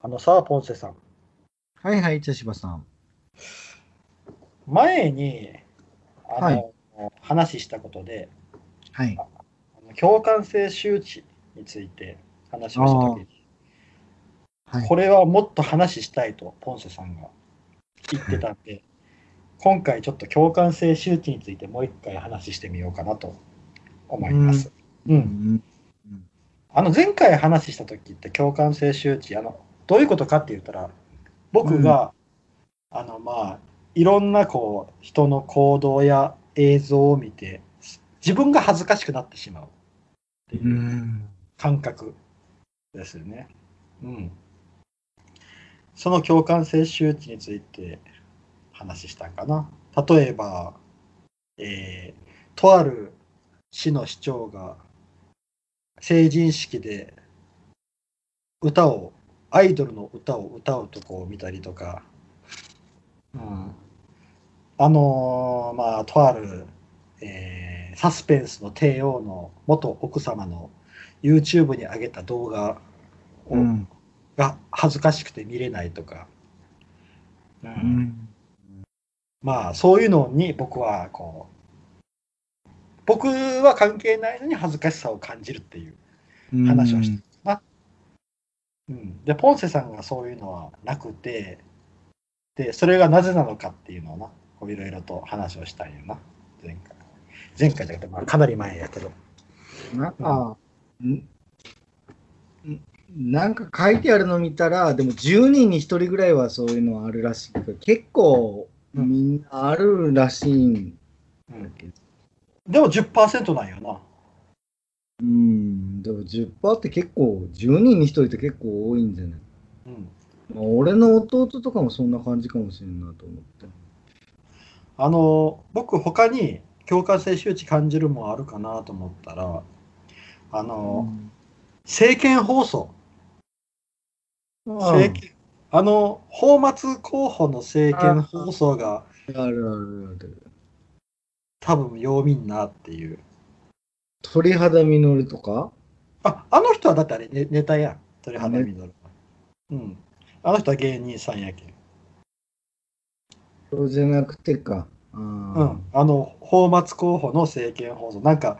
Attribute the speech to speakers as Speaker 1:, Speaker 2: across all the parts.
Speaker 1: あのさあ、ポンセさん。
Speaker 2: はいはい、茶芝さん。
Speaker 1: 前に、あの、
Speaker 2: はい
Speaker 1: 話したことで、
Speaker 2: はい。
Speaker 1: あの共感性周知について話をしたときに、
Speaker 2: はい
Speaker 1: こ。れはもっと話したいと、ポンセさんが言ってたんで、今回ちょっと共感性周知についてもう一回話してみようかなと思います。うん。
Speaker 2: うん。
Speaker 1: あの、前回話したときって共感性周知、あの、どういうことかって言ったら、僕が、あの、まあ、いろんなこう、人の行動や映像を見て、自分が恥ずかしくなってしまうっていううん感覚ですよね。うん。その共感性周知について話したんかな。例えば、えーとある市の市長が成人式で歌を、アイドルの歌を歌うとこを見たりとか、うん、あのーまあ、とある、えーサスペンスの帝王の元奥様の YouTube に上げた動画を、
Speaker 2: うん。
Speaker 1: が恥ずかしくて見れないとか、うん
Speaker 2: うん。
Speaker 1: まあそういうのに僕はこう僕は関係ないのに恥ずかしさを感じるっていう
Speaker 2: うん
Speaker 1: 話をしてたかな、うん、でポンセさんがそういうのはなくてでそれがなぜなのかっていうのをなこういろいろと話をしたんよな前回前回じゃなくて、まあ、かなり前やけど
Speaker 2: なあんんなんか書いてあるの見たら、でも10人に1人ぐらいはそういうのあるらしく、結構みんなあるらしいんだけど、
Speaker 1: でも10%なんよな
Speaker 2: うん、でも10%って結構、10人に1人って結構多いんじゃない、
Speaker 1: うん
Speaker 2: まあ、俺の弟とかもそんな感じかもしれんなと思って。
Speaker 1: あの僕他に共感性周知感じるもんあるかなと思ったらあの、政見放送
Speaker 2: うん
Speaker 1: 政見あの泡沫候補の政見放送が
Speaker 2: あるあるある。
Speaker 1: 多分ようみんなっていう
Speaker 2: 鳥肌実るとか
Speaker 1: ああの人はだってあれネネタやん鳥肌みのるうんあの人は芸人さんやけん
Speaker 2: そうじゃなくてか。う
Speaker 1: うんんあの泡沫候補の政見放送なんか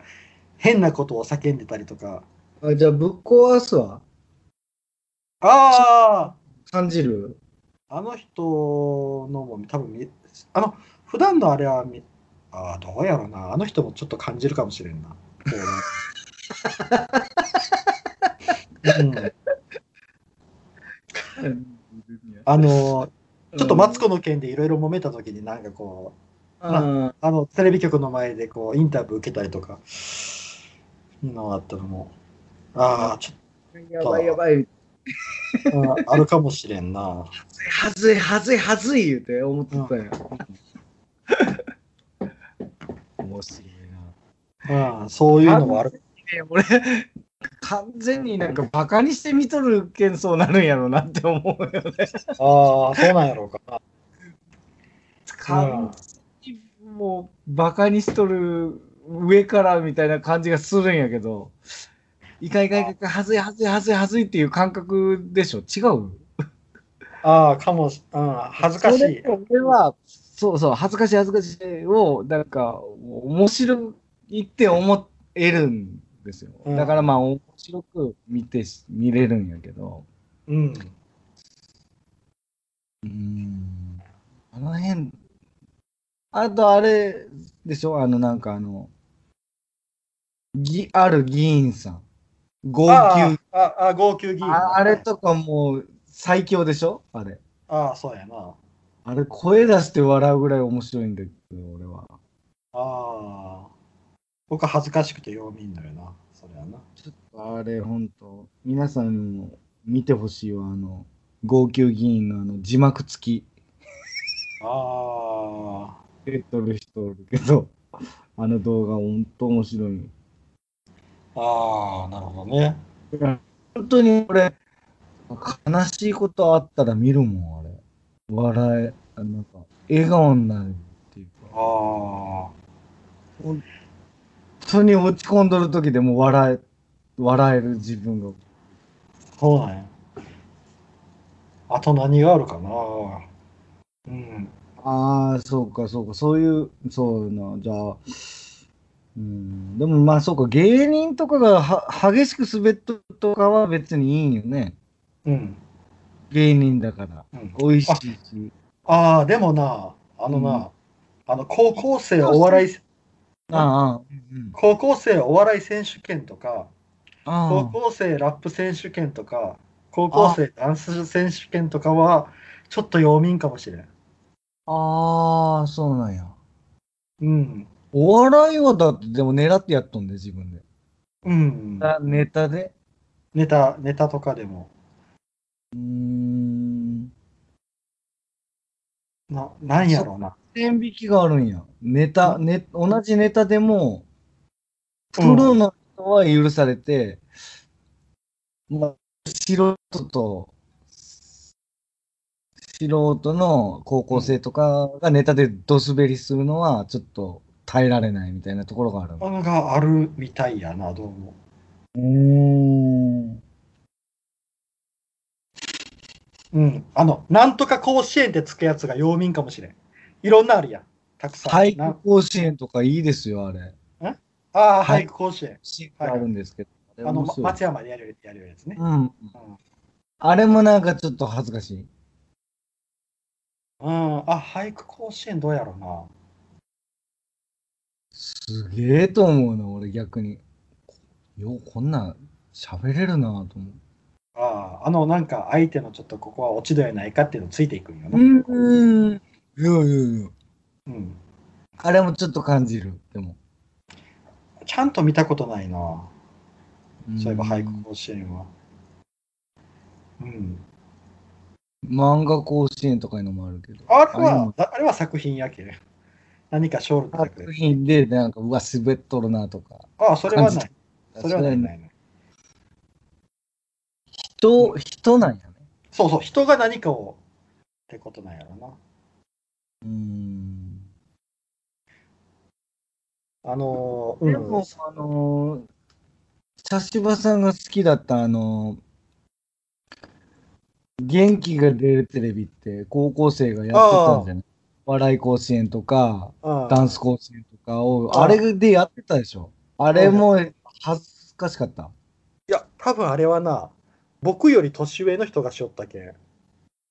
Speaker 1: 変なことを叫んでたりとか
Speaker 2: あじゃあ、ぶっ壊すわ。
Speaker 1: ああ
Speaker 2: 感じる
Speaker 1: あの人のも多分みあの普段のあれはみあーどうやろうなあの人もちょっと感じるかもしれんな。こう うん、あの ちょっとマツコの件でいろいろ揉めた時になんかこ
Speaker 2: あ
Speaker 1: うあのテレビ局の前でこうインタビュー受けたりとかのあったのもああち
Speaker 2: ーやばいやばい。
Speaker 1: ょっと、うんあるかもしれんな。
Speaker 2: はずいはずいはずい言うて思ってた よ。面白い
Speaker 1: うん、そういうのもある。
Speaker 2: な。いや俺、完全になんかバカにして見とるけんそうなるんやろうなって思うよね。
Speaker 1: ああそうなんやろうかな。
Speaker 2: 完全にもうバカにしとる上からみたいな感じがするんやけど、いかいかいかいか、はずいはずいはずいはずいっていう感覚でしょ違う
Speaker 1: ああかもし、うん、恥ずかし
Speaker 2: そ
Speaker 1: い
Speaker 2: れ。俺は、そうそう、恥ずかしい恥ずかしいを、なんか、面白いって思えるんですよ。
Speaker 1: うん
Speaker 2: だからまあ、面白く見てし、見れるんやけど。
Speaker 1: うん。
Speaker 2: うん。あの辺、あとあれでしょあの、なんかあの、ぎ、ある議員さん。号
Speaker 1: あ
Speaker 2: 泣。
Speaker 1: あああ、号泣議員。
Speaker 2: ああれとかもう最強でしょあれ。
Speaker 1: ああ、そうやな。
Speaker 2: あれ、声出して笑うぐらい面白いんだけど、俺は。
Speaker 1: ああ。僕は恥ずかしくてよう見んのよな。それはな。
Speaker 2: ちょっとあれ、本当皆さんにも見てほしいわ、あの、号泣議員のあの字幕付き、
Speaker 1: ああ。
Speaker 2: 出とる人おるけど、あの動画、本当面白い。
Speaker 1: ああ、なるほどね。
Speaker 2: 本当に俺、悲しいことあったら見るもん、あれ。笑え、なんか、笑顔になるっていうか、
Speaker 1: あ
Speaker 2: 本当に落ち込んどる時でも笑え、笑える自分が。
Speaker 1: あ。そうなんや。あと何があるかな。うん。
Speaker 2: ああ、そうか、そうか、そういう、そういうの、じゃあ、うん、でもまあ、そうか、芸人とかがは激しく滑ったとかは別にいいんよね。
Speaker 1: うん。
Speaker 2: 芸人だから。
Speaker 1: うん、
Speaker 2: 美味しいし。
Speaker 1: ああ、でもな、あのな、
Speaker 2: うん
Speaker 1: あの高校生お笑い、
Speaker 2: ああ、うん
Speaker 1: 高校生お笑い選手権とか、高
Speaker 2: ああ、
Speaker 1: 校生ラップ選手権とか、高校生ダンス選手権とかは、ちょっと要民かもしれん。
Speaker 2: ああ、そうなんや。
Speaker 1: うん。
Speaker 2: お笑いはだって、でも狙ってやっとんで、自分で。
Speaker 1: うん。
Speaker 2: あネタで
Speaker 1: ネタ、ネタとかでも。
Speaker 2: うーん。
Speaker 1: な、なんやろうな。
Speaker 2: 線引きがあるんや。ネタ、ね、同じネタでも、プ
Speaker 1: うん
Speaker 2: ロの人は許されて、まあ、素人と、素人の高校生とかがネタでドスベリするのはちょっと耐えられないみたいなところがある。
Speaker 1: ものがあるみたいやな、どうも。
Speaker 2: うん。
Speaker 1: うん。あの、なんとか甲子園ってつくやつが要民かもしれん。いろんなあるやん。たくさん。
Speaker 2: 体
Speaker 1: な
Speaker 2: 育甲子園とかいいですよ、あれ。
Speaker 1: ああ、
Speaker 2: はい
Speaker 1: 俳句甲子園。
Speaker 2: あるんですけど。あれ
Speaker 1: あの、
Speaker 2: 面
Speaker 1: ま
Speaker 2: 白い
Speaker 1: 松山でやるやるやつね。
Speaker 2: うん。あれもなんかちょっと恥ずかしい。
Speaker 1: うん。あ、俳句甲子園どうやろうな。
Speaker 2: すげえと思うな、俺逆に。よう、こんなん喋れるなぁと思
Speaker 1: ああ、あの、なんか相手のちょっとここは落ち度やないかっていうのついていくんよ
Speaker 2: う。
Speaker 1: な。
Speaker 2: うん。いやいやいや。
Speaker 1: うん
Speaker 2: あれもちょっと感じる、でも。
Speaker 1: ちゃんと見たことないな。そういえば俳句甲子園は。うん。
Speaker 2: 漫画甲子園とかいうのもあるけど。
Speaker 1: あれ
Speaker 2: あ
Speaker 1: は、あれは作品やけ。何か賞
Speaker 2: 今
Speaker 1: の
Speaker 2: 作品でなんか、うわ、滑っとるなとか。
Speaker 1: ああ、それはない。それはない
Speaker 2: 人、
Speaker 1: ないない。
Speaker 2: 人なんやね。
Speaker 1: そうそう、人が何かをってことなんやろな。
Speaker 2: うん。
Speaker 1: あのー、
Speaker 2: で
Speaker 1: うん。
Speaker 2: も、あのー、茶芝さんが好きだった、あのー元気が出るテレビって、高校生がやってたんじゃない笑い甲子園とか、ダンス甲子園とかを、
Speaker 1: あー
Speaker 2: あれでやってたでしょ。あれも恥ずかしかった。
Speaker 1: いや、多分あれはな、僕より年上の人がしよったけん。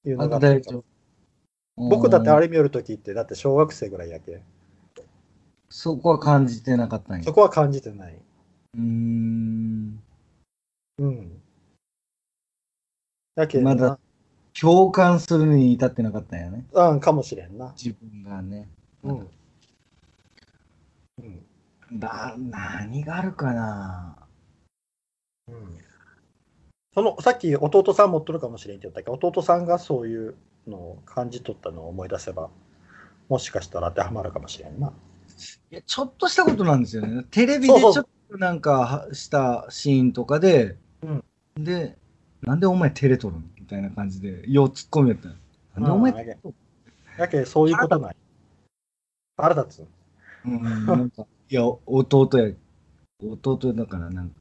Speaker 1: いうのがあった
Speaker 2: 大丈夫
Speaker 1: 僕だってあ
Speaker 2: れ
Speaker 1: れ見よるときって、だって小学生ぐらいやけん。
Speaker 2: そこは感じてなかったんや。
Speaker 1: そうこは感じてない。
Speaker 2: ーん。
Speaker 1: うん。やけんな
Speaker 2: まだ共感するに至ってなかったんやね。
Speaker 1: うん、かもしれんな。
Speaker 2: 自分がね。
Speaker 1: うん。うん。
Speaker 2: な、何があるかな
Speaker 1: うんその、さっき弟さん持っとるかもしれんって言ったけど、弟さんがそういうのを感じ取ったのを思い出せば、もしかしたら当てはまるかもしれんな。
Speaker 2: いや、ちょっとしたことなんですよね。テレビでちょ
Speaker 1: そう
Speaker 2: っ
Speaker 1: そう
Speaker 2: となんかはしたシーンとかで、
Speaker 1: うん
Speaker 2: で、なんでお前照れとるのみたいな感じで、よう突っ込みやったのなんでお前
Speaker 1: あー
Speaker 2: 照れとる
Speaker 1: やけんそういうことない。腹立つ。
Speaker 2: のうん、なんか、いや、弟や、弟だからなんか、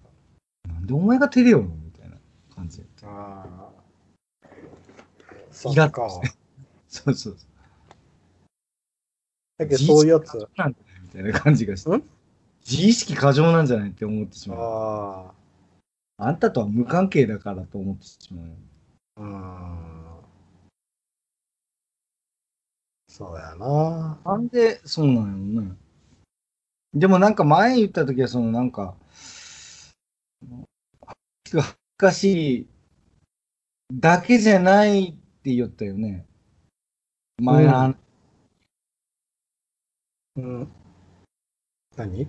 Speaker 2: なんでお前が照れよるのみたいな感じやった。
Speaker 1: ああ。そ
Speaker 2: イラ
Speaker 1: っ
Speaker 2: ッと
Speaker 1: か。
Speaker 2: してそうそうそう。
Speaker 1: やけんそういうやつ
Speaker 2: 自意識。過剰なんじゃないみたいな感じがして
Speaker 1: ん。
Speaker 2: 自意識過剰なんじゃないって思ってしまう。
Speaker 1: あ
Speaker 2: あんたとは無関係だからと思ってしまう。
Speaker 1: あ。うん。そうやな。
Speaker 2: なんで、そうなんやろね。でもなんか前言った時は、そのなんか、恥ずかしいだけじゃないって言ったよね。前の話、
Speaker 1: うん。何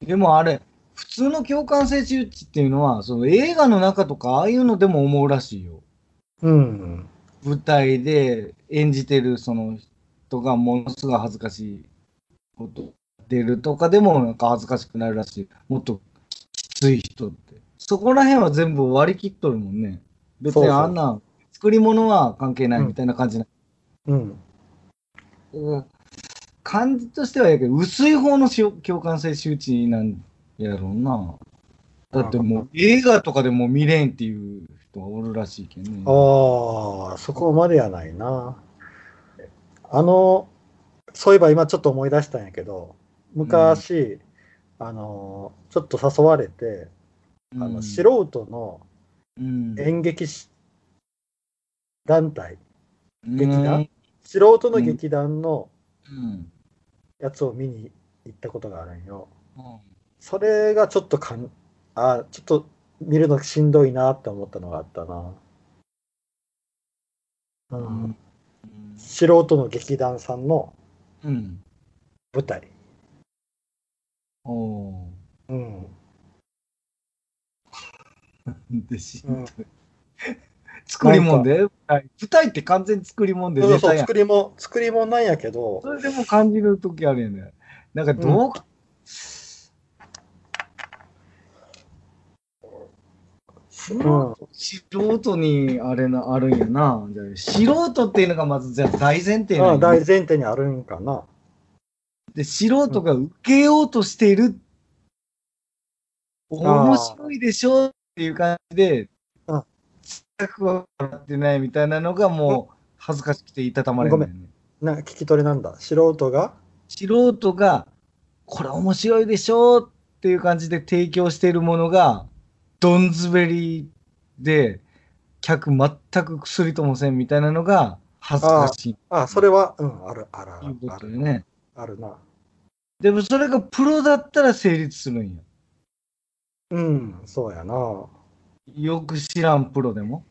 Speaker 2: でもあれ、普通の共感性周知っていうのは、その映画の中とか、ああいうのでも思うらしいよ。
Speaker 1: うん。
Speaker 2: 舞台で演じてるその人がものすごい恥ずかしいこと出るとかでもなんか恥ずかしくなるらしいもっときつい人ってそこら辺は全部割り切っとるもんね別
Speaker 1: そう
Speaker 2: に
Speaker 1: そう
Speaker 2: あんな作り物は関係ないみたいな感じな、
Speaker 1: うん。
Speaker 2: うん感じとしてはやけど薄い方のしょ共感性周知なんやろうなだってもう映画とかでも見れんっていう人がおるらしいけどね。
Speaker 1: ああ、そこまでやないな。あの、そういえば今ちょっと思い出したんやけど、昔、あの、ちょっと誘われて、
Speaker 2: うん
Speaker 1: あの素人の
Speaker 2: うん
Speaker 1: 演劇し団体、劇団素人の劇団の
Speaker 2: うん
Speaker 1: やつを見に行ったことがあるんよ。
Speaker 2: うん
Speaker 1: それがちょっとかん、あちょっと見るのしんどいなって思ったのがあったな。う
Speaker 2: うんん
Speaker 1: 素人の劇団さんの
Speaker 2: うん
Speaker 1: 舞台。
Speaker 2: おー
Speaker 1: うん。
Speaker 2: でし
Speaker 1: うん
Speaker 2: 作り物ではい舞台って完全に作り物で
Speaker 1: そう
Speaker 2: ネ
Speaker 1: そ
Speaker 2: タ
Speaker 1: う、
Speaker 2: やん
Speaker 1: 作りも、作りもんなんやけど
Speaker 2: そ、れでも感じる時あるよねなんかどうか、
Speaker 1: うん、
Speaker 2: 素人にあれなあるんやなじゃあ素人っていうのがまずじゃあ大前提
Speaker 1: まあ
Speaker 2: なんや
Speaker 1: 大前提にあるんかな。
Speaker 2: で素人が受けようとしている、面白いでしょっていう感じで
Speaker 1: うん
Speaker 2: 全く分かってないみたいなのがもう恥ずかしくていたたまれない、ね、
Speaker 1: なんか聞き取れなんだ。素人が、
Speaker 2: 素人がこれ面白いでしょっていう感じで提供しているものがどんずべりで客全く薬ともせんみたいなのが恥ずかしい
Speaker 1: あ、それは、うん、ある、ある、あ
Speaker 2: という
Speaker 1: る、
Speaker 2: こ
Speaker 1: あ
Speaker 2: と
Speaker 1: る
Speaker 2: でね
Speaker 1: あるな。
Speaker 2: でもそれがプロだったら成立するんや
Speaker 1: うん、そうやな。
Speaker 2: よく知らんプロでも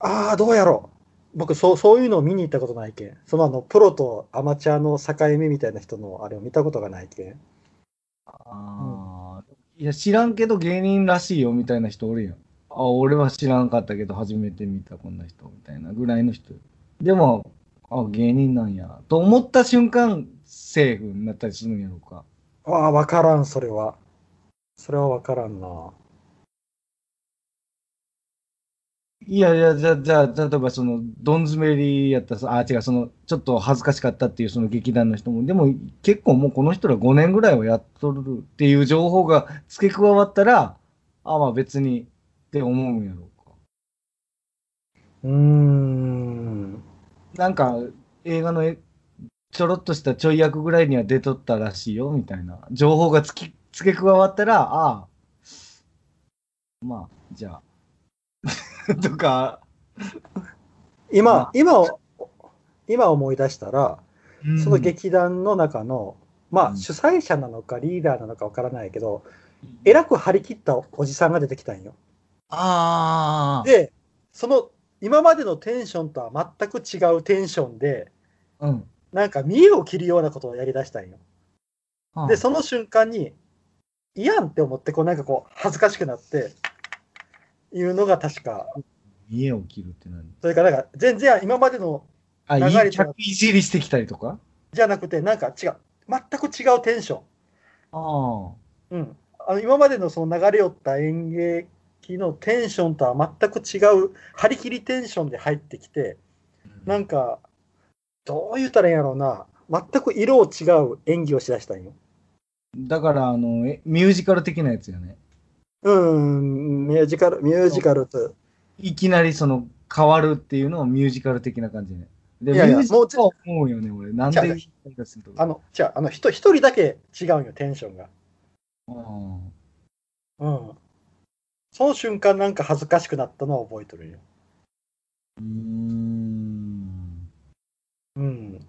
Speaker 1: ああ、どうやろう。僕そう、そういうのを見に行ったことないけん。そのあの、プロとアマチュアの境目みたいな人のあれを見たことがないけん。
Speaker 2: あーいや知らんけど芸人らしいよみたいな人おるやんあ俺は知らんかったけど初めて見たこんな人みたいなぐらいの人でもあ芸人なんやと思った瞬間セーフになったりするんやろうか
Speaker 1: ああ、わからん、それは。それはわからんな。
Speaker 2: いやいやじゃあじゃあ例えばそのドン詰めりやったさあ違うそのちょっと恥ずかしかったっていうその劇団の人もでも結構もうこの人ら5年ぐらいはやっとるっていう情報が付け加わったらあまあ別にって思うんやろうか
Speaker 1: うーん。
Speaker 2: なんか映画のえちょろっとしたちょい役ぐらいには出とったらしいよみたいな情報がつき付け加わったらああまあ じゃあとか、ま
Speaker 1: 今
Speaker 2: あ、
Speaker 1: 今を、今思い出したら、その
Speaker 2: うん
Speaker 1: 劇団の中の、ま
Speaker 2: う
Speaker 1: あ、
Speaker 2: ん
Speaker 1: 主催者なのかリーダーなのかわからないけど、えらく張り切ったおじさんが出てきたんよ。
Speaker 2: ああ
Speaker 1: で、その、今までのテンションとは全く違うテンションで、
Speaker 2: うん
Speaker 1: なんか見栄を切るようなことをやりだしたんよ。
Speaker 2: はあ
Speaker 1: で、その瞬間に、いやんって思って、こうなんかこう、恥ずかしくなって、いうのが確か、
Speaker 2: 家を切るって何
Speaker 1: それからなんか、全然今までの
Speaker 2: あ
Speaker 1: 流れ
Speaker 2: いい
Speaker 1: ちゃう
Speaker 2: 客いじりしてきたりとか
Speaker 1: じゃなくて、なんか違う、全く違うテンション。
Speaker 2: ああ
Speaker 1: うん。あの今までのその流れ寄った演劇のテンションとは全く違う、張り切りテンションで入ってきて、なんか、どう言ったらいいんやろうな、全く色を違う演技をしだしたんよ。
Speaker 2: だからあのえミュージカル的なやつよね
Speaker 1: うん、ミュージカル、ミュージカルと。
Speaker 2: いきなりその変わるっていうのをミュージカル的な感じね。で、
Speaker 1: いやいや
Speaker 2: ミュージカルは思うよね、俺。なんで
Speaker 1: 違う違う
Speaker 2: 変化するとか
Speaker 1: あの、じゃあ、あの、人、一人だけ違うんよ、テンションが。
Speaker 2: うん
Speaker 1: うん。その瞬間、なんか恥ずかしくなったのは覚えてるよ。
Speaker 2: うーん。
Speaker 1: うん。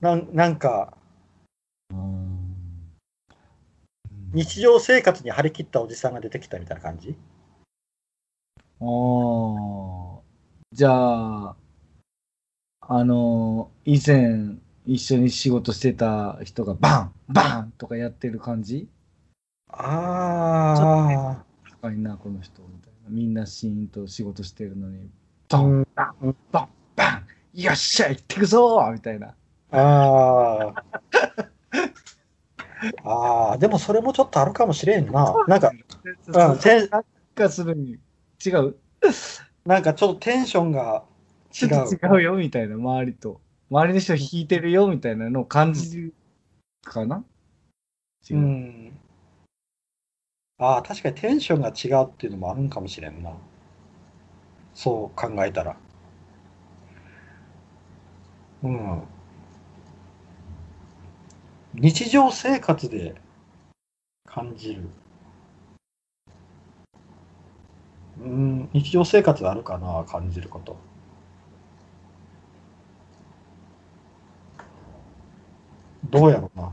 Speaker 1: なんなんか、
Speaker 2: うん
Speaker 1: 日常生活に張り切ったおじさんが出てきたみたいな感じ
Speaker 2: あーじゃあ、あの、以前一緒に仕事してた人がバンバンとかやってる感じ
Speaker 1: あ
Speaker 2: 高いな、この人みたいな。みんなシーンと仕事してるのに、
Speaker 1: あ
Speaker 2: ドン、ドン、バンよっしゃ、行ってくぞーみたいな。
Speaker 1: ああ。ああ、でもそれもちょっとあるかもしれんな。なんか、うん、テン
Speaker 2: 化するに違う
Speaker 1: なんかちょっとテンションが
Speaker 2: ち
Speaker 1: 違
Speaker 2: ょっ
Speaker 1: う。
Speaker 2: と違うよみたいな周りと周りの人弾いてるよみたいなのを感じるかな、違
Speaker 1: う
Speaker 2: う、
Speaker 1: ん。ああ、確かにテンションが違うっていうのもあるんかもしれんな。そう考えたら。うん。日常生活で感じる。うん、日常生活であるかな、感じること。どうやろうな。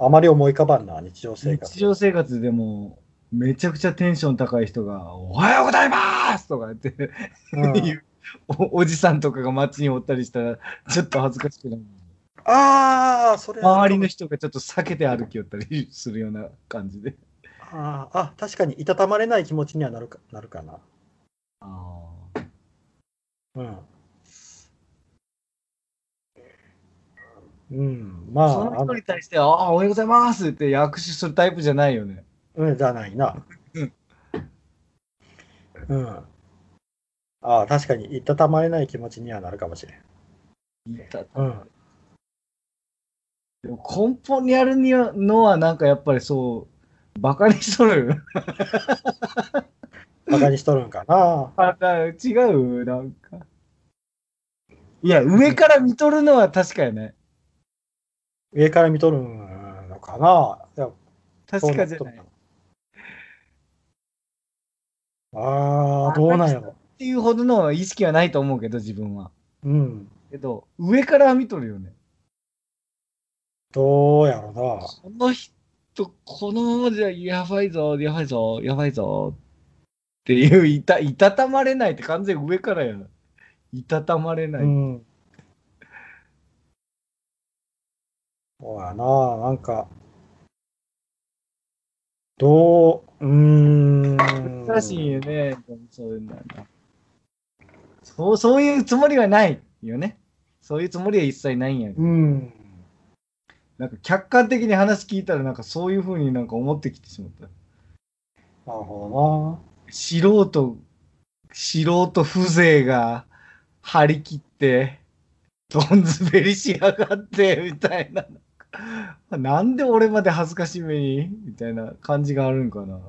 Speaker 1: あまり思い浮かばんな、日常生活。
Speaker 2: 日常生活でも、めちゃくちゃテンション高い人が、おはようございますとかやって、
Speaker 1: うん
Speaker 2: いうおおじさんとかが街におったりしたら、ちょっと恥ずかしくなる。
Speaker 1: ああ、それ
Speaker 2: 周りの人がちょっと避けて歩きよったりするような感じで。
Speaker 1: あーあ、確かにいたたまれない気持ちにはなるかなるかな。
Speaker 2: あ
Speaker 1: うん。うん、ま
Speaker 2: あ
Speaker 1: あ、
Speaker 2: その人に
Speaker 1: あ
Speaker 2: 対して、ああ、おはようございますって握手するタイプじゃないよね。
Speaker 1: のうん、じゃないな
Speaker 2: うん。
Speaker 1: うん。ああ、確かにいたたまれない気持ちにはなるかもしれん。うん。
Speaker 2: でも根本にあるにはのは、なんかやっぱりそう、バカにしとる。
Speaker 1: バカにしとるんか な。
Speaker 2: あだ違う、なんか。いや、上から見とるのは確かやね。
Speaker 1: 上から見とるのかな。いや
Speaker 2: 確かじゃない。っ
Speaker 1: ああ、どうなんやろ。
Speaker 2: ていうほどの意識はないと思うけど、自分は。
Speaker 1: うん。
Speaker 2: けど、上から見とるよね。
Speaker 1: どうやろな。
Speaker 2: この人、このままじゃやばいぞ、やばいぞ、やばいぞっていう、いた、いたたまれないって完全に上からやん。いたたまれない。
Speaker 1: うん。そうやな、なんか、どう、うーん。
Speaker 2: 難しいよね、そういうのはなそう、そういうつもりはないよね。そういうつもりは一切ないんやけど。
Speaker 1: うん。
Speaker 2: なんか客観的に話聞いたら、なんかそういうふうになんか思ってきてしまった。
Speaker 1: なるほ
Speaker 2: 素人、素人風情が張り切って、どんずべりしやがって、みたいな。なんで俺まで恥ずかしめにみたいな感じがあるんかな。
Speaker 1: どな。あ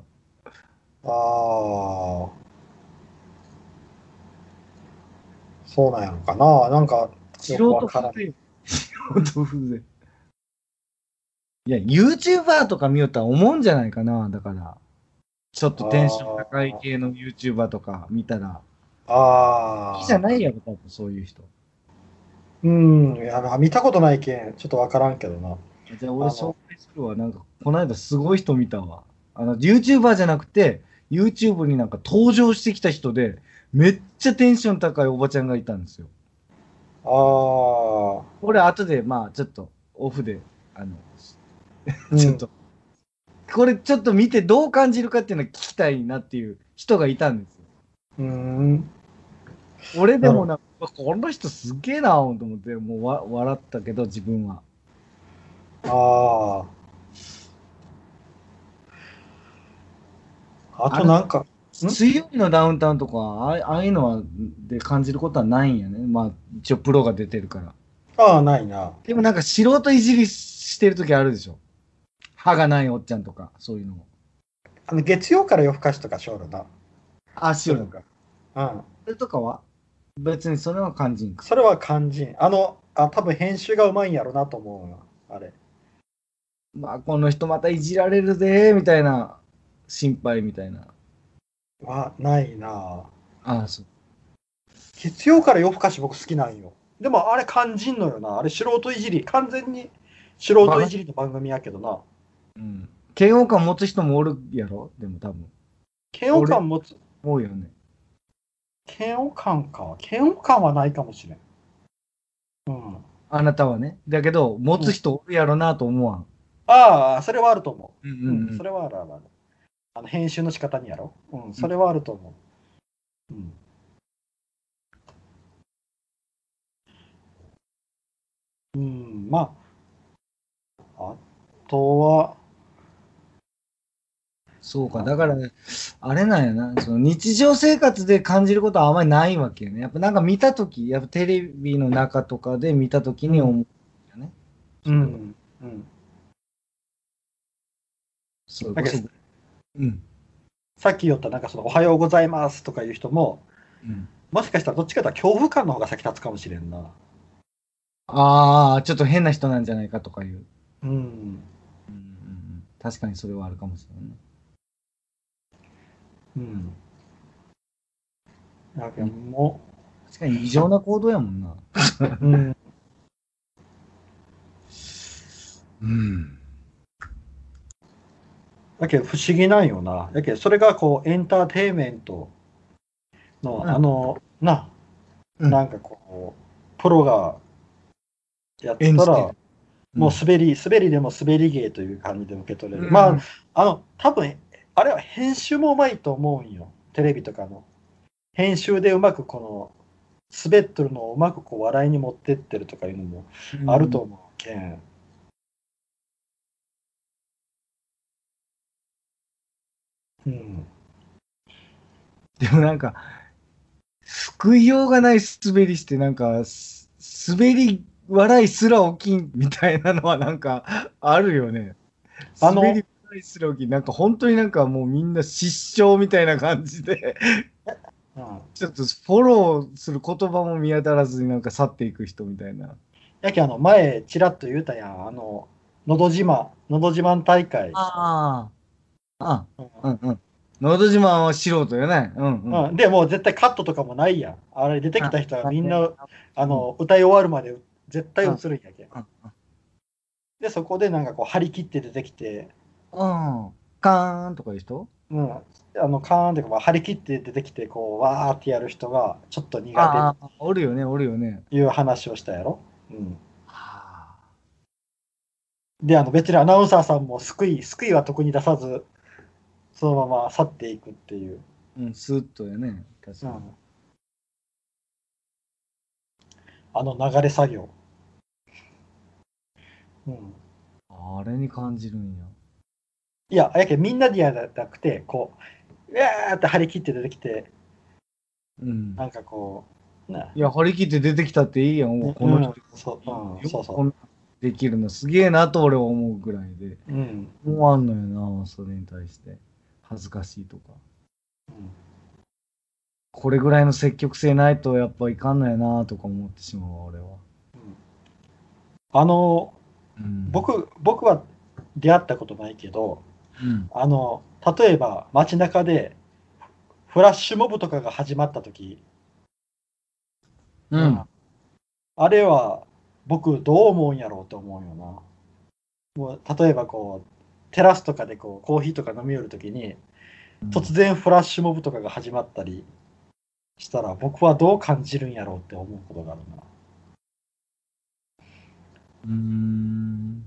Speaker 1: あ。そうなんやろかな。なんか、
Speaker 2: 素
Speaker 1: よく
Speaker 2: 人
Speaker 1: わからん
Speaker 2: 風情。素人風情。いや、YouTuber とか見よったら思うんじゃないかな。だから、ちょっとテンション高い系の YouTuber とか見たら、
Speaker 1: ああ。
Speaker 2: 好きじゃないやろ、多分そういう人。
Speaker 1: うん。いや、見たことないけん、ちょっとわからんけどな。
Speaker 2: じゃあ俺紹介するわ。なんか、この間すごい人見たわ。あの、YouTuber じゃなくて、YouTube になんか登場してきた人で、めっちゃテンション高いおばちゃんがいたんですよ。
Speaker 1: ああ。
Speaker 2: これ後で、まあ、ちょっと、オフで、あの、
Speaker 1: うん
Speaker 2: ちょっと、これちょっと見てどう感じるかっていうのを聞きたいなっていう人がいたんですよ。
Speaker 1: うーん。
Speaker 2: 俺でもなんか、この人すげえなと思って、もうわ笑ったけど、自分は。
Speaker 1: ああ。あとなんか、
Speaker 2: 水曜日のダウンタウンとか、ああああいうのはで感じることはないんやね。まあ、一応プロが出てるから。
Speaker 1: ああ、ないな。
Speaker 2: でもなんか素人いじりしてる時あるでしょ。歯がないおっちゃんとか、そういうのも。
Speaker 1: あの月曜から夜更かしとかしょるな。
Speaker 2: あ、しよ
Speaker 1: そううか。うん。
Speaker 2: それとかは別にそれは感じんか。
Speaker 1: それは肝心。あの、あ多分編集がうまいんやろなと思うな。あれ。
Speaker 2: まあ、この人またいじられるぜ、みたいな心配みたいな。
Speaker 1: は、ないな。
Speaker 2: あそう。
Speaker 1: 月曜から夜更かし僕好きなんよ。でもあれ肝心のよな。あれ素人いじり。完全に素人いじりの番組やけどな。
Speaker 2: うん。嫌悪感持つ人もおるやろでも多分。
Speaker 1: 嫌悪感持つ。
Speaker 2: 多いよね。
Speaker 1: 嫌悪感か。嫌悪感はないかもしれん。うん。
Speaker 2: あなたはね。だけど、持つ人おるやろなと思わん。
Speaker 1: ああ、それはあると思
Speaker 2: う
Speaker 1: う。うん、それはあるあるあるあの編集の仕方にやろう。うん、それはあると思う。うん。うん、まあ、あとは、
Speaker 2: そうか、だから、あれなんやな、その日常生活で感じることはあまりないわけよね。やっぱなんか見たとき、やっぱテレビの中とかで見たときに思うよね。
Speaker 1: うん、うん。
Speaker 2: そう
Speaker 1: なんか
Speaker 2: うん。
Speaker 1: さっき言ったなんかそのおはようございますとかいう人も、
Speaker 2: うん、
Speaker 1: もしかしたらどっちかというと恐怖感の方が先立つかもしれんな。
Speaker 2: ああ、ちょっと変な人なんじゃないかとかいう。
Speaker 1: うん。
Speaker 2: うんうんうん、確かにそれはあるかもしれないね。
Speaker 1: うん。なんかも
Speaker 2: 確かに異常な行動やもんな。
Speaker 1: う、うん。
Speaker 2: うん。
Speaker 1: だけど不思議なんよな。だけどそれがこうエンターテインメントの、
Speaker 2: うん
Speaker 1: あの、な、
Speaker 2: うん
Speaker 1: なんかこう、プロがやった
Speaker 2: 演じて
Speaker 1: ら
Speaker 2: る、
Speaker 1: もう滑り、滑りでも滑り芸という感じで受け取れる。
Speaker 2: うん
Speaker 1: まあ、あの、多分あれは編集もうまいと思うんよ。テレビとかの。編集でうまくこの、滑っとるのをうまくこう笑いに持ってってるとかいうのもあると思うけん。うん。
Speaker 2: でもなんか、救いようがない滑りして、なんか、す滑り、笑いすら起きんみたいなのはなんか、あるよね。
Speaker 1: あの
Speaker 2: 滑り笑いすら起きん。なんか本当になんかもうみんな失笑みたいな感じで、
Speaker 1: うん。
Speaker 2: ちょっとフォローする言葉も見当たらずになんか去っていく人みたいな。
Speaker 1: やけんあの、前、ちらっと言うたやん。あの、のど自慢、のど自慢大会。
Speaker 2: ああ。
Speaker 1: うん
Speaker 2: うんうん。のど自慢は素人よね。うんうん。
Speaker 1: うん、でもう絶対カットとかもないやん。あれ出てきた人はみんな、あの歌い終わるまで絶対映るんやけん。
Speaker 2: うん
Speaker 1: で、そこでなんかこう張り切って出てきて、
Speaker 2: うん。カーンとかいう人
Speaker 1: うん、あのカーンっていうかまあ張り切って出てきてこうわーってやる人がちょっと苦
Speaker 2: ああ、おるよね、おるよね。
Speaker 1: 手っていう話をしたやろ。うん、
Speaker 2: はあ。
Speaker 1: で、あの別にアナウンサーさんも救い、救いは特に出さず、そのまま去っていくっていう。
Speaker 2: うん、スーッとやね。確
Speaker 1: う
Speaker 2: かに。
Speaker 1: ん、あの流れ作業。うん
Speaker 2: あれに感じるんや。
Speaker 1: いや、やけんみんなでやらなくて、こう、うわーって張り切って出てきて、
Speaker 2: うん。
Speaker 1: なんかこう、ね、
Speaker 2: いや、張り切って出てきたっていいやん。おこの人、
Speaker 1: うんそう、うん、
Speaker 2: よ
Speaker 1: そう
Speaker 2: く
Speaker 1: そ
Speaker 2: こんなできるのすげえなと俺は思うぐらいで。
Speaker 1: う。うん。
Speaker 2: 思わんのよな、それに対して。恥ずかしいとか。
Speaker 1: うん
Speaker 2: これぐらいの積極性ないとやっぱいかんのやなとか思ってしまうわ、俺は。
Speaker 1: あの、
Speaker 2: うん、、
Speaker 1: 僕、僕は出会ったことないけど、
Speaker 2: うん、
Speaker 1: あの、例えば街中で、フラッシュモブとかが始まった時、
Speaker 2: うん。
Speaker 1: あれは僕どう思うんやろうと思うよな。もう例えばこう、テラスとかでこうコーヒーとか飲み寄るときに、突然フラッシュモブとかが始まったりしたら僕はどう感じるんやろうって思うことがあるな。
Speaker 2: うん。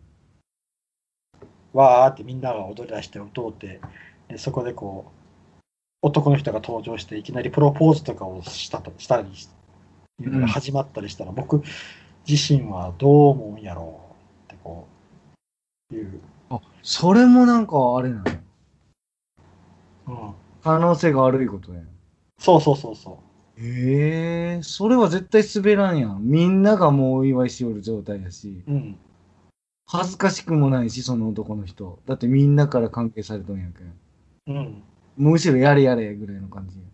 Speaker 1: わーってみんなが踊り出して歌うてでそこでこう男の人が登場していきなりプロポーズとかをしたとしたりしいうのが始まったりしたら、僕自身はどう思うんやろうってこういう、
Speaker 2: あ、それもなんかあれなの。
Speaker 1: うん、
Speaker 2: 可能性が悪いことやん。
Speaker 1: そうそうそうそう。
Speaker 2: ええそれは絶対滑らんやん。みんながもうお祝いしおる状態やし、
Speaker 1: うん、
Speaker 2: 恥ずかしくもないし、その男の人。だってみんなから関係されとんやけん。
Speaker 1: うん、
Speaker 2: むしろやれやれぐらいの感じや。
Speaker 1: うん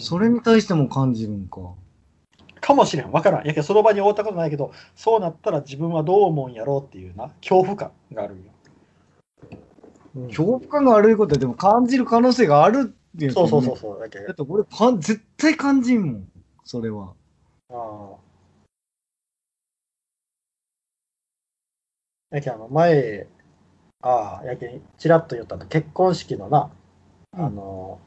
Speaker 2: それに対しても感じるんか。
Speaker 1: かもしれん、わからん。やけどその場におったことないけど、そうなったら自分はどう思うんやろうっていうな、恐怖感があるんよ。うん
Speaker 2: 恐怖感が悪いことはでも感じる可能性があるっていう、
Speaker 1: そうそうそう。そう。だけ
Speaker 2: だって俺かん、絶対感じんもん。それは。
Speaker 1: ああ。やけんあの前、ああ、やけんちらっと言ったの、結婚式のな、あの、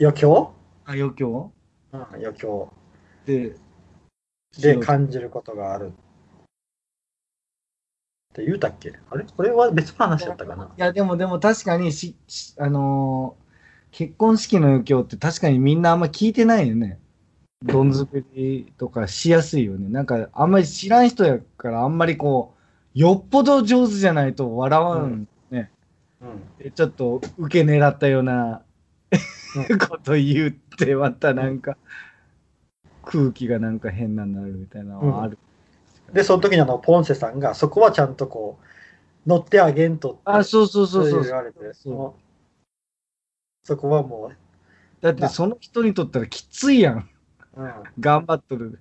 Speaker 1: 余興、
Speaker 2: あ、余興
Speaker 1: うん、余興
Speaker 2: で、
Speaker 1: で感じることがある。って言うたっけあれこれは別の話だったかな。
Speaker 2: いや、でも、でも確かにし、しあのー結婚式の余興って確かにみんなあんま聞いてないよね。どんずべりとかしやすいよね。なんか、あんまり知らん人やから、あんまりこう、よっぽど上手じゃないと笑わん。
Speaker 1: うん。
Speaker 2: でちょっと、受け狙ったような、
Speaker 1: う
Speaker 2: こと言って、またなんか、空気がなんか変なになるみたいなのはある。
Speaker 1: で、その時にあのポンセさんが、そこはちゃんとこう、乗ってあげんとって
Speaker 2: あ、そうそうそうそ
Speaker 1: そうう言われて
Speaker 2: そ
Speaker 1: そそこはも
Speaker 2: だってその人にとったらきついやん。
Speaker 1: う、うんうん、っ
Speaker 2: 頑張っとる。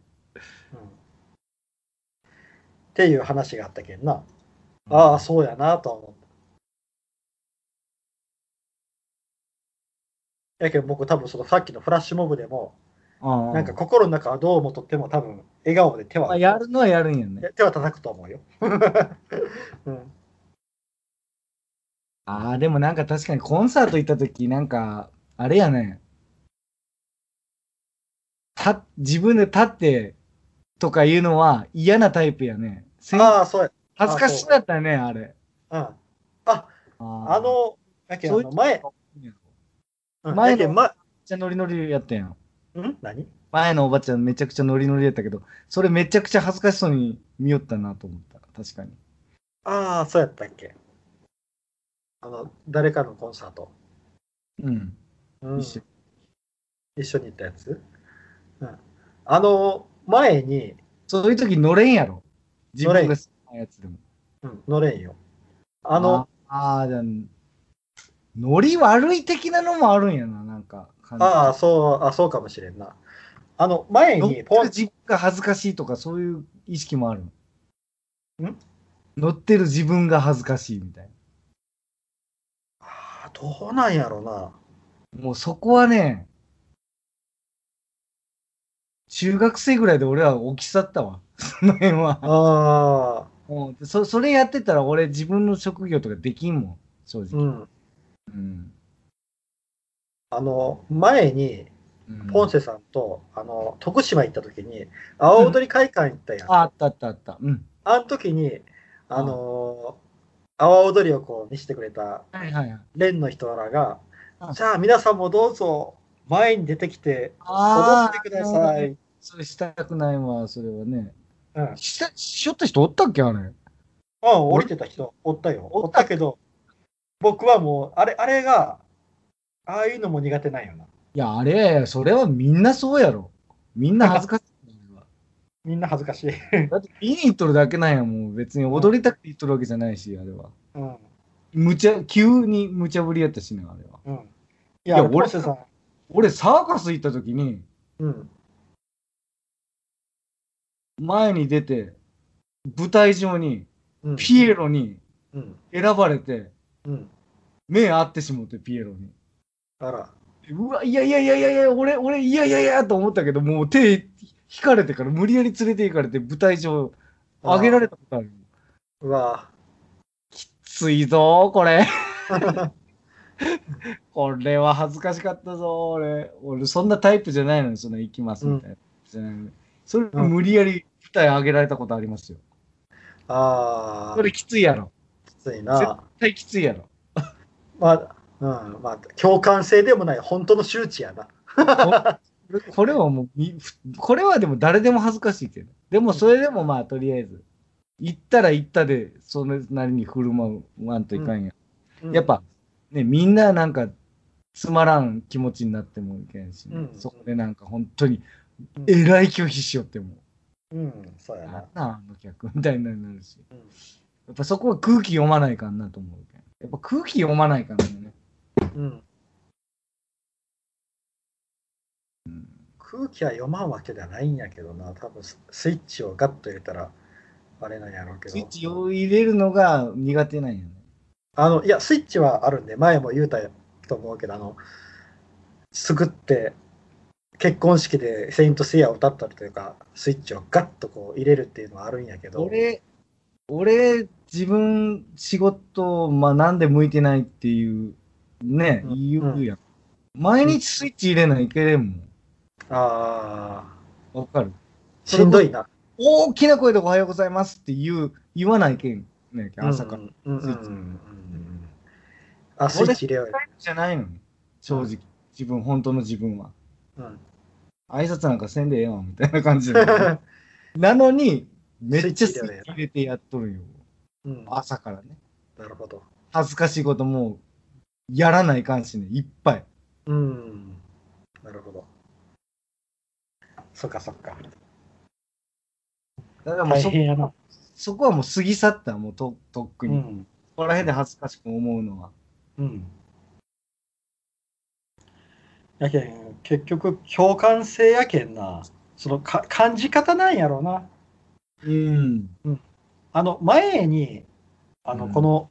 Speaker 1: ていう話があったけんな、ああそうやなとは思ったやけど僕多分そのさっきのフラッシュモブでも、
Speaker 2: ああ。
Speaker 1: なんか心の中はどうもとっても多分笑顔で手は
Speaker 2: まあ、やるのはやるんやね。
Speaker 1: 手は叩くと思うよ、 うん、
Speaker 2: ああ、でもなんか確かにコンサート行った時なんか、あれやね。た、自分で立ってとかいうのは嫌なタイプやね。せん
Speaker 1: ああそうや
Speaker 2: 恥ずかしいだったね、あれ。
Speaker 1: うん、
Speaker 2: あー
Speaker 1: あ、の、やけんあ
Speaker 2: そうい
Speaker 1: の
Speaker 2: う
Speaker 1: 前、
Speaker 2: めっ
Speaker 1: うん
Speaker 2: 前の
Speaker 1: やけんま、
Speaker 2: ちゃノリノリやったやん。
Speaker 1: ん何
Speaker 2: 前のおばちゃんめちゃくちゃノリノリやったけど、それめちゃくちゃ恥ずかしそうに見よったなと思った。確かに。
Speaker 1: ああ、そうやったっけ。あの、誰かのコンサート。
Speaker 2: うん。
Speaker 1: うん
Speaker 2: 一緒
Speaker 1: 一緒に行ったやつ。うん、あの、前に、
Speaker 2: そういう時乗れんやろ。自分が好きなやつでも。
Speaker 1: うん、乗れんよ。あの、
Speaker 2: ああー、じゃあ、ノリ悪い的なのもあるんやな、なんか。
Speaker 1: ああ、
Speaker 2: あ、
Speaker 1: そう、あそうかもしれんな。あの、前
Speaker 2: 乗っ
Speaker 1: に
Speaker 2: て
Speaker 1: ポ
Speaker 2: る
Speaker 1: ン、
Speaker 2: 自分が恥ずかしいとか、そういう意識もあるの。
Speaker 1: ん
Speaker 2: 乗ってる自分が恥ずかしいみたい
Speaker 1: ああどうなんやろな。
Speaker 2: な。もうそこはね、中学生ぐらいで俺は起き去ったわ。 その辺は。
Speaker 1: ああ、
Speaker 2: もうそそれやってたら俺自分の職業とかできんもん、正
Speaker 1: う
Speaker 2: 直。
Speaker 1: ん。
Speaker 2: うん。
Speaker 1: あの、前に、
Speaker 2: うん
Speaker 1: ポンセさんと、あの、徳島行った時に、青踊り会館行ったやん。
Speaker 2: ああったあったあった。うん。
Speaker 1: あの時に、あのー、阿波踊りをこう見せてくれた
Speaker 2: はいはいはい。
Speaker 1: 連の人らが
Speaker 2: う、ん
Speaker 1: じゃあ皆さんもどうぞ前に出てきて踊
Speaker 2: あ
Speaker 1: っ
Speaker 2: ー
Speaker 1: てください。
Speaker 2: それしたくないわ、それはね。
Speaker 1: うん、うん、
Speaker 2: した、しよった人おったっけあれ。
Speaker 1: 降りてた人おったよ。おったけど、僕はもう、あれ、あれが、ああいうのも苦手なんよな。
Speaker 2: いや、あれ、それはみんなそうやろ。みんな恥ずかしい。
Speaker 1: みんな恥ずかしい。
Speaker 2: だって見に行っとるだけなんやもん。別に踊りたくて行っとるわけじゃないし、あれは。
Speaker 1: うん、
Speaker 2: むちゃ、急に無茶ぶりやったしね、あれは。
Speaker 1: うん。い
Speaker 2: い
Speaker 1: や、
Speaker 2: や俺
Speaker 1: ポンセさん、
Speaker 2: 俺、サーカス行った時に、
Speaker 1: うん、
Speaker 2: 前に出て、舞台上に、
Speaker 1: うん、
Speaker 2: ピエロに
Speaker 1: うん、
Speaker 2: 選ばれて、
Speaker 1: うん。
Speaker 2: 目合ってしもって、ピエロに。
Speaker 1: あら、
Speaker 2: うわ、いやいやいやいやいや、俺、俺、いやいやいやと思ったけど、もう手引かれてから、無理やり連れて行かれて、舞台上、上げられたことある。
Speaker 1: うわ
Speaker 2: ついぞー、こ れ。
Speaker 1: ぁ。
Speaker 2: これは恥ずかしかったぞー、俺。俺、そんなタイプじゃないのに、そんな行きますみたいな。じゃないのにそれ、
Speaker 1: うん
Speaker 2: 無理やり舞台上げられたことありますよ。
Speaker 1: あ
Speaker 2: そ
Speaker 1: あ、
Speaker 2: れ
Speaker 1: き
Speaker 2: きついやろ。
Speaker 1: ついな。
Speaker 2: 絶対きついやろ。
Speaker 1: まあ、うん、まあ、共感性でもない、本当の周知やな。
Speaker 2: これこれはもうみ、これはでも誰でも恥ずかしいけど。でも、それでもまあ、とりあえず、行ったら行ったで、それなりに振る舞わんといかんやん
Speaker 1: うん
Speaker 2: やっぱ、ね、みんななんかつまらん気持ちになってもいけんし、ね
Speaker 1: うん
Speaker 2: そこでなんか本当に
Speaker 1: うん
Speaker 2: えらい拒否しよっても、
Speaker 1: うん、そうや
Speaker 2: なん
Speaker 1: な。
Speaker 2: なんあの客みたいになるし、
Speaker 1: うん
Speaker 2: やっぱそこは空気読まないかんなと思うけんやっぱ空気読まないかんね。
Speaker 1: うん。空気は読まんわけではないんやけどな、多分ススイッチをガッと入れたら、あれなんやろうけど。
Speaker 2: スイッチを入れるのが苦手なんやね。
Speaker 1: あの、いや、スイッチはあるんで、前も言うたと思うけど、あの、すぐって、結婚式でセイントセイヤを歌ったりというか、スイッチをガッとこう入れるっていうのはあるんやけど、
Speaker 2: 俺、俺、自分、仕事、まあ、なんで向いてないっていう、ね、
Speaker 1: うん
Speaker 2: 言うやん。毎日スイッチ入れないけれんも
Speaker 1: ああ、
Speaker 2: ん。わかる
Speaker 1: しんどいな。
Speaker 2: 大きな声でおはようございますって言う、言わないけんねんけん朝か
Speaker 1: う
Speaker 2: ら。
Speaker 1: んうんうん
Speaker 2: スイッチ
Speaker 1: うんうんうんあ、スイッチ入れようよ。
Speaker 2: じゃないのに、正直。自分、本当の自分は。
Speaker 1: うん、
Speaker 2: 挨拶なんかせんでええわ、みたいな感 じでなのに、めっちゃスイッチ入れてやっとるよ。
Speaker 1: うん、な
Speaker 2: 朝からね。
Speaker 1: るほど。
Speaker 2: 恥ずかしいことも、やらないかんしね、いっぱい。
Speaker 1: うん、なるほど。そっかそっか。
Speaker 2: だからもう
Speaker 1: 大
Speaker 2: そ、
Speaker 1: 変やな。
Speaker 2: そこはもう過ぎ去った、もうと、とっく
Speaker 1: う
Speaker 2: に。
Speaker 1: ん、
Speaker 2: こら辺で恥ずかしく思うのは。
Speaker 1: うん。やけん、結局、共感性やけんな、そのか感じ方なんやろうな。
Speaker 2: うん。
Speaker 1: あの、前に、あの、
Speaker 2: うん
Speaker 1: この、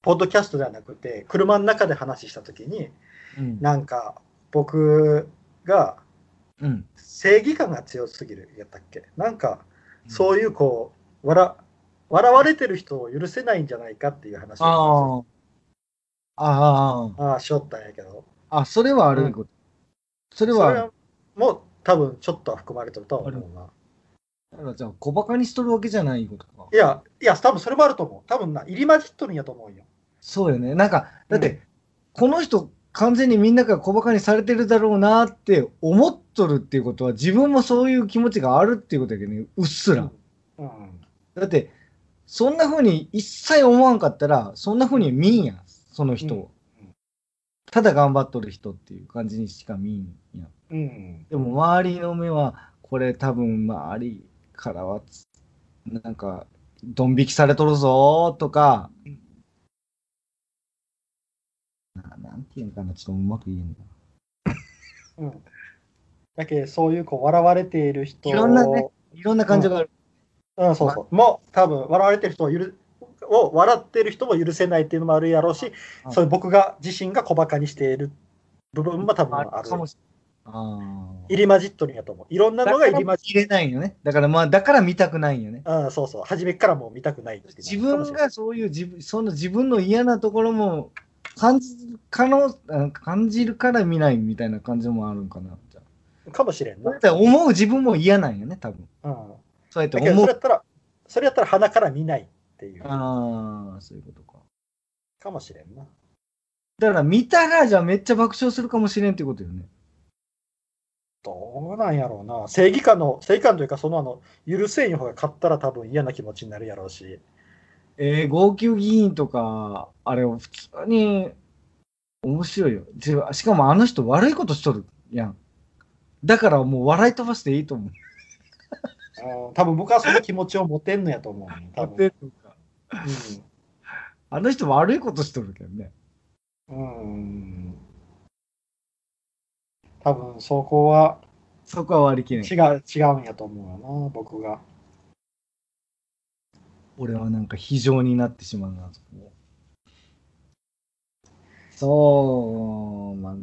Speaker 1: ポッドキャストではなくて、車の中で話したときに、
Speaker 2: うん。
Speaker 1: なんか、僕が
Speaker 2: うん。
Speaker 1: 正義感が強すぎるやったっけなんか、そういう、こう、笑、笑われてる人を許せないんじゃないかっていう話を
Speaker 2: ああ。あ
Speaker 1: ああ、しょったんやけど。
Speaker 2: あ。あ、それはあること。それはある、
Speaker 1: もう多分ちょっとは含まれてるとは思うな。
Speaker 2: だからじゃあ、小馬鹿にしとるわけじゃないことか
Speaker 1: い。や、いや、多分それもあると思う。多分な、入り混じっとるんやと思うよ。
Speaker 2: そうよね。なんか、だって、
Speaker 1: うん
Speaker 2: この人、完全にみんなから小馬鹿にされてるだろうなって思っとるっていうことは、自分もそういう気持ちがあるっていうことだけどね、うっすら。
Speaker 1: うん。
Speaker 2: だって、そんな風に一切思わんかったら、そんな風に見んやん、その人を。
Speaker 1: うんうん
Speaker 2: ただ頑張っとる人っていう感じにしか見んやん。
Speaker 1: うん。
Speaker 2: でも、周りの目は、これ多分、周りからはつ、なんか、ドン引きされとるぞーとか、ななんていうんかな、ちょっとうまく言えんな。
Speaker 1: うん、だけどそういうこう笑われている人を
Speaker 2: いろんなねいろんな感情がある。
Speaker 1: うん、そうそう。もう多分笑われてる人を許を笑ってる人も許せないっていうのもあるやろうし、
Speaker 2: うん
Speaker 1: そういう僕が自身が小馬鹿にしている部分も多分ある。
Speaker 2: かもしれない。ああ。
Speaker 1: 入り混じっとるんやと思う。いろんなのが入り混じっ
Speaker 2: 切れないよね。だからまあ、だから見たくないよね。
Speaker 1: うん、そうそう。初めからもう見たくないっていうの
Speaker 2: 自
Speaker 1: かもしれ
Speaker 2: 分
Speaker 1: ない
Speaker 2: がそういう自分、その自分の嫌なところも感じる可能あ感じるから見ないみたいな感じもあるんかな。じゃあ
Speaker 1: かもしれんな
Speaker 2: だ。から思う自分も嫌なんよね、多分。
Speaker 1: うん。
Speaker 2: そうやって
Speaker 1: だけど
Speaker 2: 思
Speaker 1: それや
Speaker 2: う。
Speaker 1: ったら、それやったら鼻から見ないっていう
Speaker 2: ああ、そういうことか。
Speaker 1: かもしれんな。
Speaker 2: だから見たら、じゃあめっちゃ爆笑するかもしれんっていうことよね。
Speaker 1: どうなんやろうな。正義感の、正義感というか、そのあの、許せんよ方が勝ったら多分嫌な気持ちになるやろうし。
Speaker 2: えー、号泣議員とか、あれ、普通に面白いよ。てかしかもあの人悪いことしとるやん。だからもう笑い飛ばしていいと思う。
Speaker 1: うん、多分僕はその気持ちを持てんのやと思うね。多分。
Speaker 2: あの人悪いことしとるけどね。
Speaker 1: うん。うん。多分そこは
Speaker 2: そこは割り切れ
Speaker 1: 違。
Speaker 2: ん
Speaker 1: う、違うんやと思うよな、僕が。
Speaker 2: 俺はなんか非常になってしまうな、そこそう、ま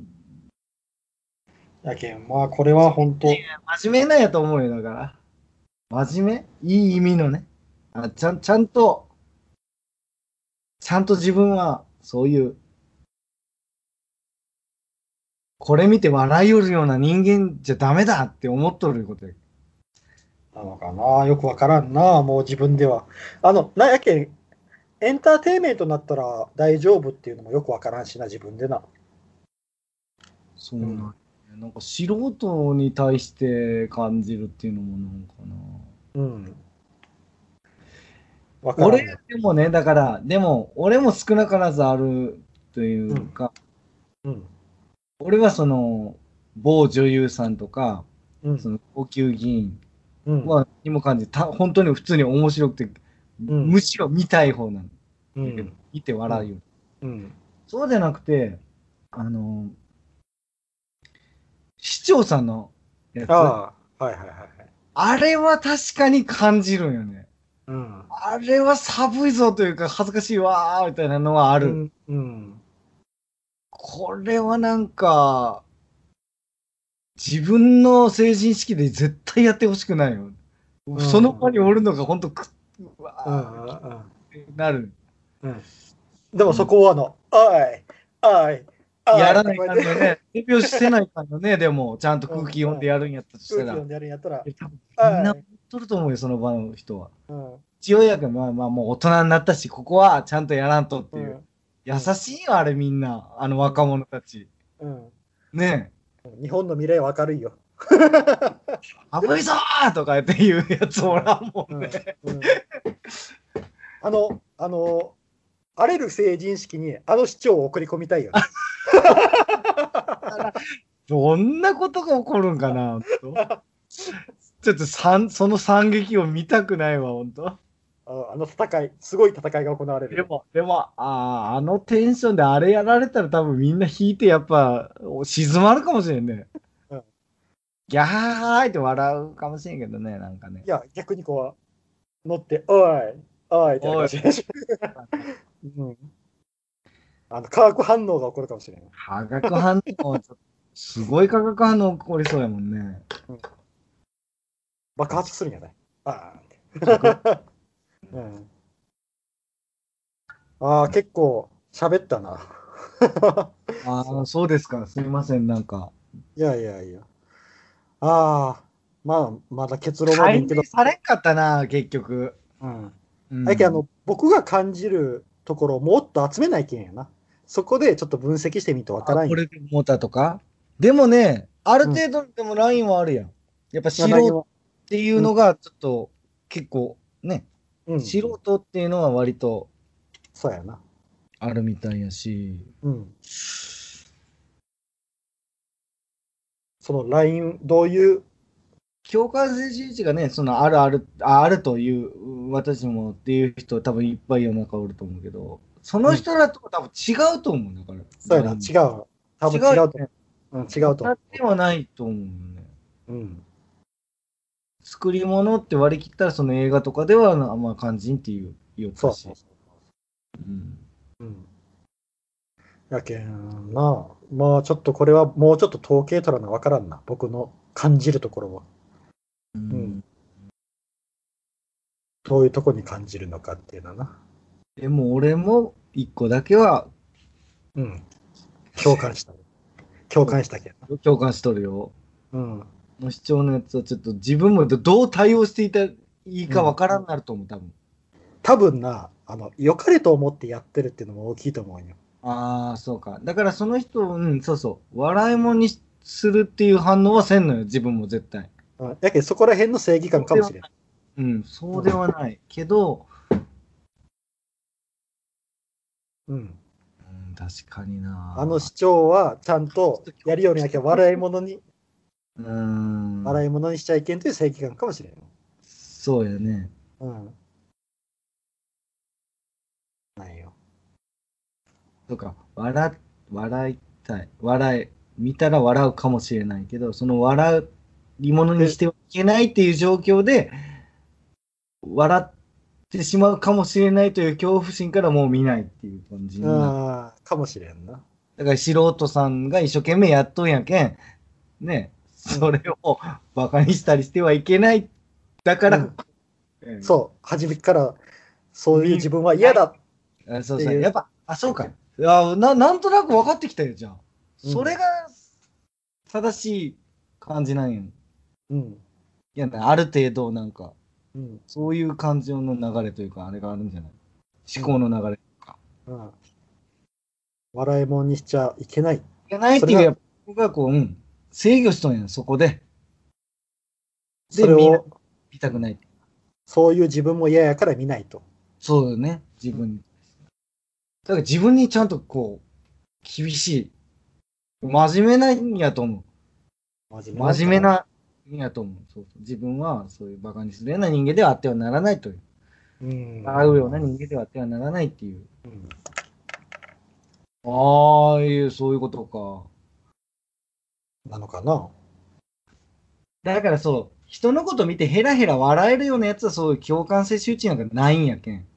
Speaker 1: やけん、まあこれは本当、
Speaker 2: あ、真面目なんやと思うよ、だから。真面目いい意味のねあちゃん。ちゃんと、ちゃんと自分はそういう、これ見て笑いよるような人間じゃダメだって思っとることや
Speaker 1: なのかな、よくわからんな、もう自分では。あの、なんやけん、エンターテインメントになったら大丈夫っていうのもよくわからんしな、自分でな。
Speaker 2: そうなんや、なんか素人に対して感じるっていうのもなんか
Speaker 1: うん。わ
Speaker 2: な。
Speaker 1: からん
Speaker 2: 俺
Speaker 1: ね。
Speaker 2: でもね、だから、でも、俺も少なからずあるというか、
Speaker 1: うん。
Speaker 2: 俺はその、某女優さんとか、
Speaker 1: うん
Speaker 2: その高級議員
Speaker 1: うん
Speaker 2: は、にも感じた、本当に普通に面白くて、
Speaker 1: ん
Speaker 2: むしろ見たい方なの。
Speaker 1: うん。
Speaker 2: 見て笑うよ。
Speaker 1: うん。
Speaker 2: そうじゃなくて、あの、市長さんのやつ、あ
Speaker 1: ああ、はいはいはいはい。
Speaker 2: れは確かに感じるんよね。
Speaker 1: うん。
Speaker 2: あれは寒いぞというか恥ずかしいわーみたいなのはあ
Speaker 1: あ
Speaker 2: る。。
Speaker 1: うん。
Speaker 2: これはなんか、自分の成人式で絶対やってほしくないよ。
Speaker 1: うん
Speaker 2: その場におるのが本当くっ、う
Speaker 1: う
Speaker 2: わ
Speaker 1: んうん
Speaker 2: ーってなる。
Speaker 1: うん。でもそこはあの、おい、おい、おい、
Speaker 2: やらない
Speaker 1: とか
Speaker 2: かんよ
Speaker 1: 言って
Speaker 2: ね。手拍子してないかんよね。でも、ちゃんと空気読んでやるんやったとし
Speaker 1: 空
Speaker 2: た
Speaker 1: 気
Speaker 2: ら。
Speaker 1: 読んでやるんやったら、
Speaker 2: 多分みんな
Speaker 1: お
Speaker 2: 持
Speaker 1: い
Speaker 2: っとると思うよ、その場の人は。
Speaker 1: うん。
Speaker 2: 千代やくん、まあまあもう大人になったし、ここはちゃんとやらんとって
Speaker 1: う
Speaker 2: い
Speaker 1: ん
Speaker 2: う。優しいよ、あれみんな。あの若者たち。
Speaker 1: うん。
Speaker 2: ねえ。
Speaker 1: 日本の未来は明るいよ。
Speaker 2: 危いぞーとかっていうやつおらんもんね。
Speaker 1: うんうんあの、あの、荒れる成人式にあの市長を送り込みたいよね。
Speaker 2: どんなことが起こるんかな、ほんとちょっとさんその惨劇を見たくないわ、ほんと。
Speaker 1: ああの戦い、すごい戦いが行われる。
Speaker 2: でも、でも、ああ、あのテンションであれやられたら多分みんな引いてやっぱお静まるかもしれんね。
Speaker 1: うん
Speaker 2: ギャーイって笑うかもしれんけどね、なんかね
Speaker 1: い。や、逆にこう、乗って、おい、おいってやるかもしれないし うん。あの、化学反応が起こるかもしれない。
Speaker 2: 化学反応はちょっと、すごい化学反応起こりそうやもんね。
Speaker 1: 爆発するんじゃないバーンって。 うん、ああ、結構喋ったな。
Speaker 2: ああ、そうですか。すみません、なんか。
Speaker 1: いやいやいや。ああ、まあ、まだ結論は
Speaker 2: 解
Speaker 1: 言うけど
Speaker 2: 明。されんかったな、結局。
Speaker 1: うん
Speaker 2: うん
Speaker 1: だけどあの僕が感じるところをもっと集めないけんやな。そこでちょっと分析してみるとわからん
Speaker 2: あこ
Speaker 1: よ。
Speaker 2: れで思ったとか。でもね、ある程度でもラインはあるやん。やっぱ素人っていうのがちょっと結構ね、
Speaker 1: うん、
Speaker 2: 素人っていうのは割と
Speaker 1: そうやな。
Speaker 2: あるみたいやし、
Speaker 1: うん。そのラインどういう、
Speaker 2: 共感性周知がね、そのあるある、ああるという、私もっていう人多分いっぱい世の中おると思うけど、その人らとは多分違うと思うんだから。
Speaker 1: そうやな、
Speaker 2: ん
Speaker 1: 違う。多分違う
Speaker 2: 違う
Speaker 1: と
Speaker 2: よ
Speaker 1: 思
Speaker 2: ね
Speaker 1: う。うん、違うと
Speaker 2: な
Speaker 1: 思
Speaker 2: ってはないと思うよね。
Speaker 1: う。うん。
Speaker 2: 作り物って割り切ったらその映画とかではあんま肝心っていう言ったし。
Speaker 1: そうそうそ
Speaker 2: うん
Speaker 1: う。うん。やけんな。まあちょっとこれはもうちょっと統計取らなわからんな。僕の感じるところは。んどういうとこに感じるのかっていうのはな。
Speaker 2: でも俺も一個だけは
Speaker 1: うん。共感した。共感したけど。
Speaker 2: 共感しとるよ。
Speaker 1: うん。
Speaker 2: の主張のやつはちょっと自分もどう対応していたらいいかわからんなると思う、多分。
Speaker 1: 多分な、あの、良かれと思ってやってるっていうのも大きいと思うよ。
Speaker 2: ああ、そうか。だからその人を、うん、そうそう。笑いもんにするっていう反応はせんのよ、自分も絶対。
Speaker 1: うん。やけどそこら辺の正義感かもしれない。
Speaker 2: うん、そうではない。けど、
Speaker 1: うん。
Speaker 2: うん、確かにな。
Speaker 1: あの主張はちゃんとやるようになきゃ笑い物に、
Speaker 2: うん、
Speaker 1: 笑い物にしちゃいけんという正義感かもしれない。
Speaker 2: そうやね。
Speaker 1: うん。ないよ。
Speaker 2: とか、笑、笑いたい。笑い、見たら笑うかもしれないけど、その笑いものにしてはいけないっていう状況で、笑ってしまうかもしれないという恐怖心からもう見ないっていう感じになる
Speaker 1: ああ、かもしれんな。
Speaker 2: だから素人さんが一生懸命やっとんやけん、ね、それをバカにしたりしてはいけない。だか
Speaker 1: うん
Speaker 2: ら、う
Speaker 1: そう、初めからそういう自分は嫌だ。
Speaker 2: ん。あそう
Speaker 1: っ
Speaker 2: そ
Speaker 1: ていう
Speaker 2: う。やっぱ、あ、そうか。あななんとなく分かってきたよ、じゃあ。それが正しい感じなんや。い
Speaker 1: うん。
Speaker 2: や、ある程度、なんか、
Speaker 1: うん。
Speaker 2: そういう感情の流れというか、あれがあるんじゃない思考の流れ。い
Speaker 1: うん。笑い物にしちゃいけない。
Speaker 2: けないって
Speaker 1: そ
Speaker 2: いう、
Speaker 1: れが
Speaker 2: やっぱ僕はこう、うん、制御しとんや、そこで。
Speaker 1: それ
Speaker 2: みんな
Speaker 1: を、
Speaker 2: 見たくない。
Speaker 1: そういう自分も嫌やから見ないと。
Speaker 2: そうよね、自分に。だから自分にちゃんとこう、厳しい。真面目なんやと思う。
Speaker 1: 真
Speaker 2: 真面目。なんやと思う。そうそう自分はそういうバカにするような人間ではあってはならないという。
Speaker 1: うん。
Speaker 2: 笑うような人間ではあってはならないっていう。
Speaker 1: うん
Speaker 2: ああいう、そういうことか。
Speaker 1: なのかな。
Speaker 2: だからそう、人のこと見てヘラヘラ笑えるようなやつはそういう共感性周知なんかないんやけん。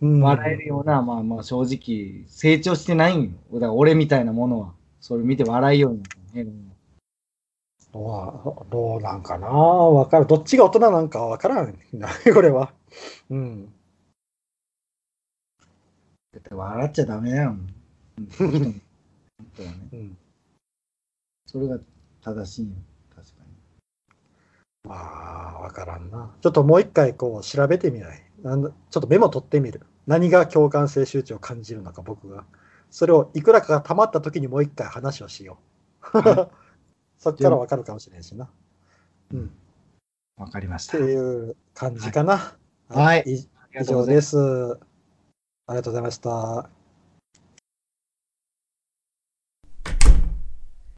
Speaker 1: うん
Speaker 2: 笑えるような、まあまあ正直、成長してないんよ。だから俺みたいなものは、それ見て笑いようになる。
Speaker 1: どうどうなんかなわからんどっちが大人なんかわからん なこれは。うん。
Speaker 2: だって笑っちゃダメだ よ。うん人の本当はね
Speaker 1: うん、
Speaker 2: それが正しいんよ。確かに。
Speaker 1: まあ、わからんな。ちょっともう一回こう調べてみないなんだちょっとメモ取ってみる。何が共感性周知を感じるのか、僕が。それをいくらかが溜まった時にもう一回話をしよう。 そっからわかるかもしれんしな。うん。っ
Speaker 2: わかりましてた。
Speaker 1: いう感じかな。
Speaker 2: はい
Speaker 1: 以
Speaker 2: あり
Speaker 1: 以上です。ありがとうございました。